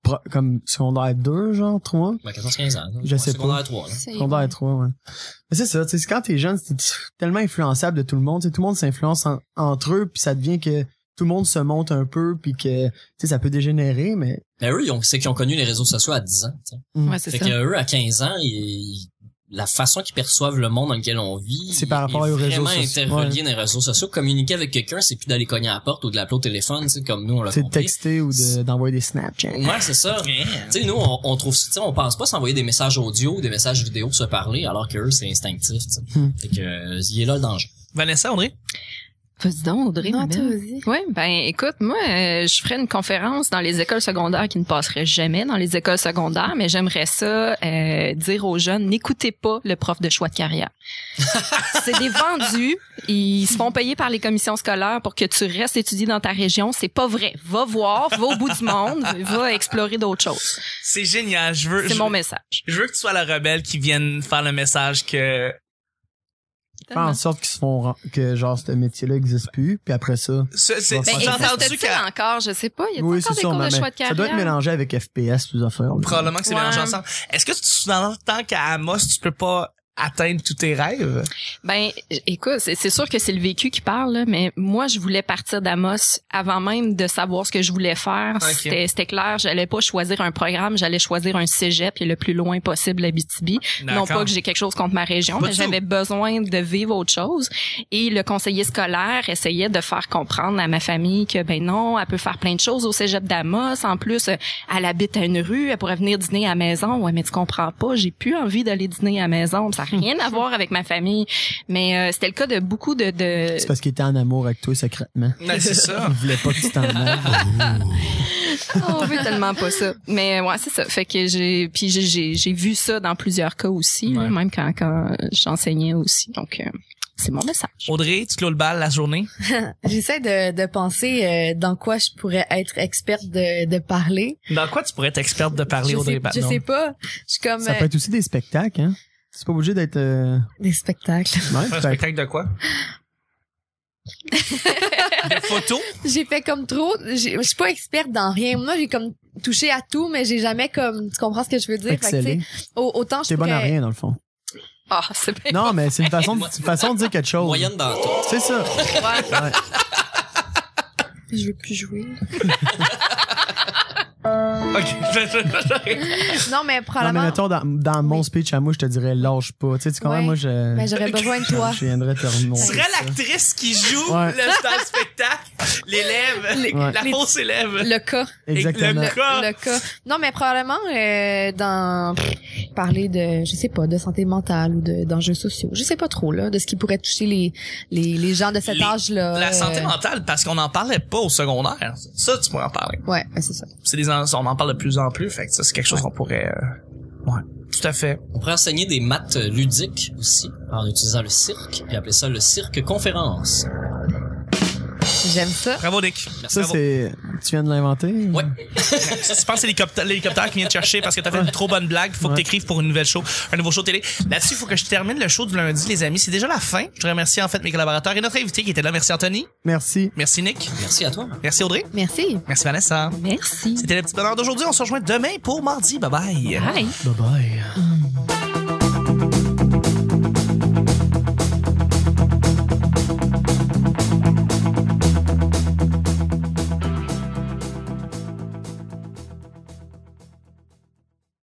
Speaker 2: pro- comme secondaire 2, genre, 3.
Speaker 3: Ben, 14-15 ans. là.
Speaker 2: Je sais
Speaker 3: secondaire
Speaker 2: pas.
Speaker 3: 3. Là.
Speaker 4: C'est-
Speaker 2: Secondaire 3, ouais. Mais c'est ça, tu sais, c'est quand t'es jeune, c'est tellement influençable de tout le monde, tu sais, tout le monde s'influence en- entre eux, puis ça devient que tout le monde se monte un peu, puis que, tu sais, ça peut dégénérer, mais...
Speaker 3: Mais Ben, eux, ils ont, c'est qu'ils ont connu les réseaux sociaux à 10 ans. tu sais.
Speaker 5: Ouais, c'est
Speaker 3: Fait
Speaker 5: ça.
Speaker 3: que eux, à 15 ans, ils- la façon qu'ils perçoivent le monde dans lequel on vit,
Speaker 2: C'est par rapport
Speaker 3: est
Speaker 2: aux réseaux
Speaker 3: vraiment
Speaker 2: sociaux.
Speaker 3: interrelié dans les réseaux sociaux. Communiquer avec quelqu'un, c'est plus d'aller cogner à la porte ou de l'appeler au téléphone, tu sais, comme nous, on l'a
Speaker 2: Tu sais, de
Speaker 3: compris.
Speaker 2: texter ou de- d'envoyer des Snapchat.
Speaker 3: Ouais, c'est
Speaker 2: ah.
Speaker 3: ça. Tu sais, nous, on, on trouve, tu sais, on pense pas s'envoyer des messages audio, des messages vidéo pour se parler, alors que eux, c'est instinctif, tu sais.
Speaker 2: Hmm.
Speaker 3: Fait que, euh, il est là le danger.
Speaker 1: Vanessa, André?
Speaker 5: Vas-y donc, Audrey, ma
Speaker 4: Non,
Speaker 5: belle.
Speaker 4: toi, vas-y.
Speaker 5: Oui, ben écoute, moi, euh, je ferais une conférence dans les écoles secondaires qui ne passerait jamais dans les écoles secondaires, mais j'aimerais ça euh, dire aux jeunes, n'écoutez pas le prof de choix de carrière. c'est des vendus, ils se font payer par les commissions scolaires pour que tu restes étudier dans ta région. C'est pas vrai. Va voir, va au bout du monde, va explorer d'autres choses.
Speaker 1: C'est génial. Je veux,
Speaker 5: C'est
Speaker 1: je,
Speaker 5: mon message.
Speaker 1: je veux que tu sois la rebelle qui vienne faire le message que
Speaker 2: Faire en sorte qu'ils se font, ren- que genre, ce métier-là existe plus, puis après ça...
Speaker 1: Ce- c'est-
Speaker 2: Ben,
Speaker 1: j'ai entendu
Speaker 5: existe-t-il
Speaker 1: qu'à
Speaker 5: encore, je sais pas, il y a
Speaker 2: Oui,
Speaker 5: encore
Speaker 2: c'est
Speaker 5: des
Speaker 2: ça,
Speaker 5: cours
Speaker 2: mais
Speaker 5: de choix de carrière.
Speaker 2: ça doit être mélangé avec FPS, plus affaires. là.
Speaker 1: probablement que c'est
Speaker 5: Ouais.
Speaker 1: mélangé ensemble. Est-ce que tu sous-entends qu'à Amos, tu peux pas atteindre tous tes rêves?
Speaker 5: Ben, écoute, c'est c'est sûr que c'est le vécu qui parle, là, mais moi, je voulais partir d'Amos avant même de savoir ce que je voulais faire.
Speaker 1: Ok.
Speaker 5: C'était- C'était clair, j'allais pas choisir un programme, j'allais choisir un cégep et le plus loin possible à BTB. Non pas que j'ai quelque chose contre ma région,
Speaker 1: Pas
Speaker 5: mais
Speaker 1: du tout.
Speaker 5: j'avais besoin de vivre autre chose. Et le conseiller scolaire essayait de faire comprendre à ma famille que, ben non, elle peut faire plein de choses au cégep d'Amos. En plus, euh, elle habite à une rue, elle pourrait venir dîner à la maison. Ouais, mais tu comprends pas, j'ai plus envie d'aller dîner à la maison. Ça n'a rien à voir avec ma famille. Mais euh, c'était le cas de beaucoup de... de...
Speaker 2: C'est parce qu'il était en amour avec toi secrètement.
Speaker 1: Non, c'est ça.
Speaker 2: Il voulait pas que tu t'en ailles.
Speaker 5: Oh, on veut tellement pas ça. Mais ouais, c'est ça. Fait que j'ai... Puis j'ai- j'ai j'ai vu ça dans plusieurs cas aussi, là,
Speaker 1: Ouais.
Speaker 5: même quand, quand j'enseignais aussi. Donc... euh, c'est mon message.
Speaker 1: Audrey, tu clôt le bal la journée?
Speaker 4: J'essaie de, de penser euh, dans quoi je pourrais être experte de, de parler.
Speaker 1: Dans quoi tu pourrais être experte de parler,
Speaker 4: je
Speaker 1: Audrey
Speaker 4: sais, je
Speaker 1: Batnon?
Speaker 4: sais pas. Je suis comme
Speaker 2: Ça
Speaker 4: euh,
Speaker 2: peut être aussi des spectacles, hein? C'est pas obligé d'être. euh,
Speaker 4: des spectacles.
Speaker 1: Faire un
Speaker 2: Ouais, tu peux-
Speaker 1: spectacle de quoi? de photos?
Speaker 4: J'ai fait comme trop. j'ai- Je suis pas experte dans rien. Moi, j'ai comme touché à tout, mais j'ai jamais comme. Tu comprends ce que je veux dire? Fait que, tu sais,
Speaker 2: exceller.
Speaker 4: au- autant je
Speaker 2: T'es bonne à
Speaker 4: pourrais.
Speaker 2: rien, dans le fond.
Speaker 5: Ah, c'est bien.
Speaker 2: Non, mais c'est une façon de, c'est une façon de dire quelque chose.
Speaker 3: Moyenne dans tout.
Speaker 2: C'est ça. Ouais.
Speaker 4: Je veux plus jouer.
Speaker 1: Ok.
Speaker 4: Non, mais
Speaker 2: Non, mais
Speaker 4: probablement.
Speaker 2: mettons, dans, dans mon
Speaker 4: Oui.
Speaker 2: speech à moi, je te dirais, lâche pas. Tu sais, tu comprends,
Speaker 4: Ouais.
Speaker 2: moi, je.
Speaker 4: Mais j'aurais besoin de toi.
Speaker 2: euh, Je viendrais te
Speaker 1: tu
Speaker 2: remonter.
Speaker 1: serais
Speaker 2: ça.
Speaker 1: l'actrice qui joue
Speaker 2: Ouais.
Speaker 1: le, dans le spectacle, l'élève,
Speaker 4: Les-
Speaker 1: la
Speaker 4: les-
Speaker 1: fausse élève.
Speaker 4: Le cas.
Speaker 1: Et
Speaker 2: Exactement.
Speaker 1: le-
Speaker 4: Le, le cas. Non, mais probablement euh, dans parler de, je sais pas, de santé mentale ou de- d'enjeux sociaux. Je sais pas trop, là, de ce qui pourrait toucher les, les, les gens de cet
Speaker 1: Les-
Speaker 4: âge-là.
Speaker 1: La santé
Speaker 4: Euh,
Speaker 1: mentale, parce qu'on n'en parlait pas au secondaire. Ça, tu pourrais en parler.
Speaker 4: Ouais, ben, c'est ça.
Speaker 1: C'est des, en- on en parle de plus en plus, fait que ça, c'est quelque chose qu'on pourrait, euh, ouais. Tout à fait.
Speaker 3: On pourrait enseigner des maths euh, ludiques aussi, en utilisant le cirque, puis appeler ça le cirque conférence.
Speaker 4: J'aime ça.
Speaker 1: Bravo, Dick.
Speaker 3: Merci.
Speaker 2: Ça,
Speaker 3: Bravo.
Speaker 2: c'est. Tu viens de l'inventer?
Speaker 3: Ouais.
Speaker 1: Ça, Je pense que c'est l'hélicoptère- l'hélicoptère qui vient te chercher parce que t'as fait une trop bonne blague. Faut que
Speaker 2: Ouais.
Speaker 1: t'écrives pour une nouvelle show, un nouveau show télé. Là-dessus, faut que je termine le show du lundi, les amis. C'est déjà la fin. Je remercie en fait mes collaborateurs et notre invité qui était là. Merci Anthony.
Speaker 2: Merci.
Speaker 1: Merci Nick.
Speaker 3: Merci à toi.
Speaker 1: Merci Audrey.
Speaker 4: Merci.
Speaker 1: Merci Vanessa.
Speaker 5: Merci.
Speaker 1: C'était le petit bonheur d'aujourd'hui. On se rejoint demain pour mardi. Bye bye.
Speaker 5: Bye.
Speaker 2: Bye bye.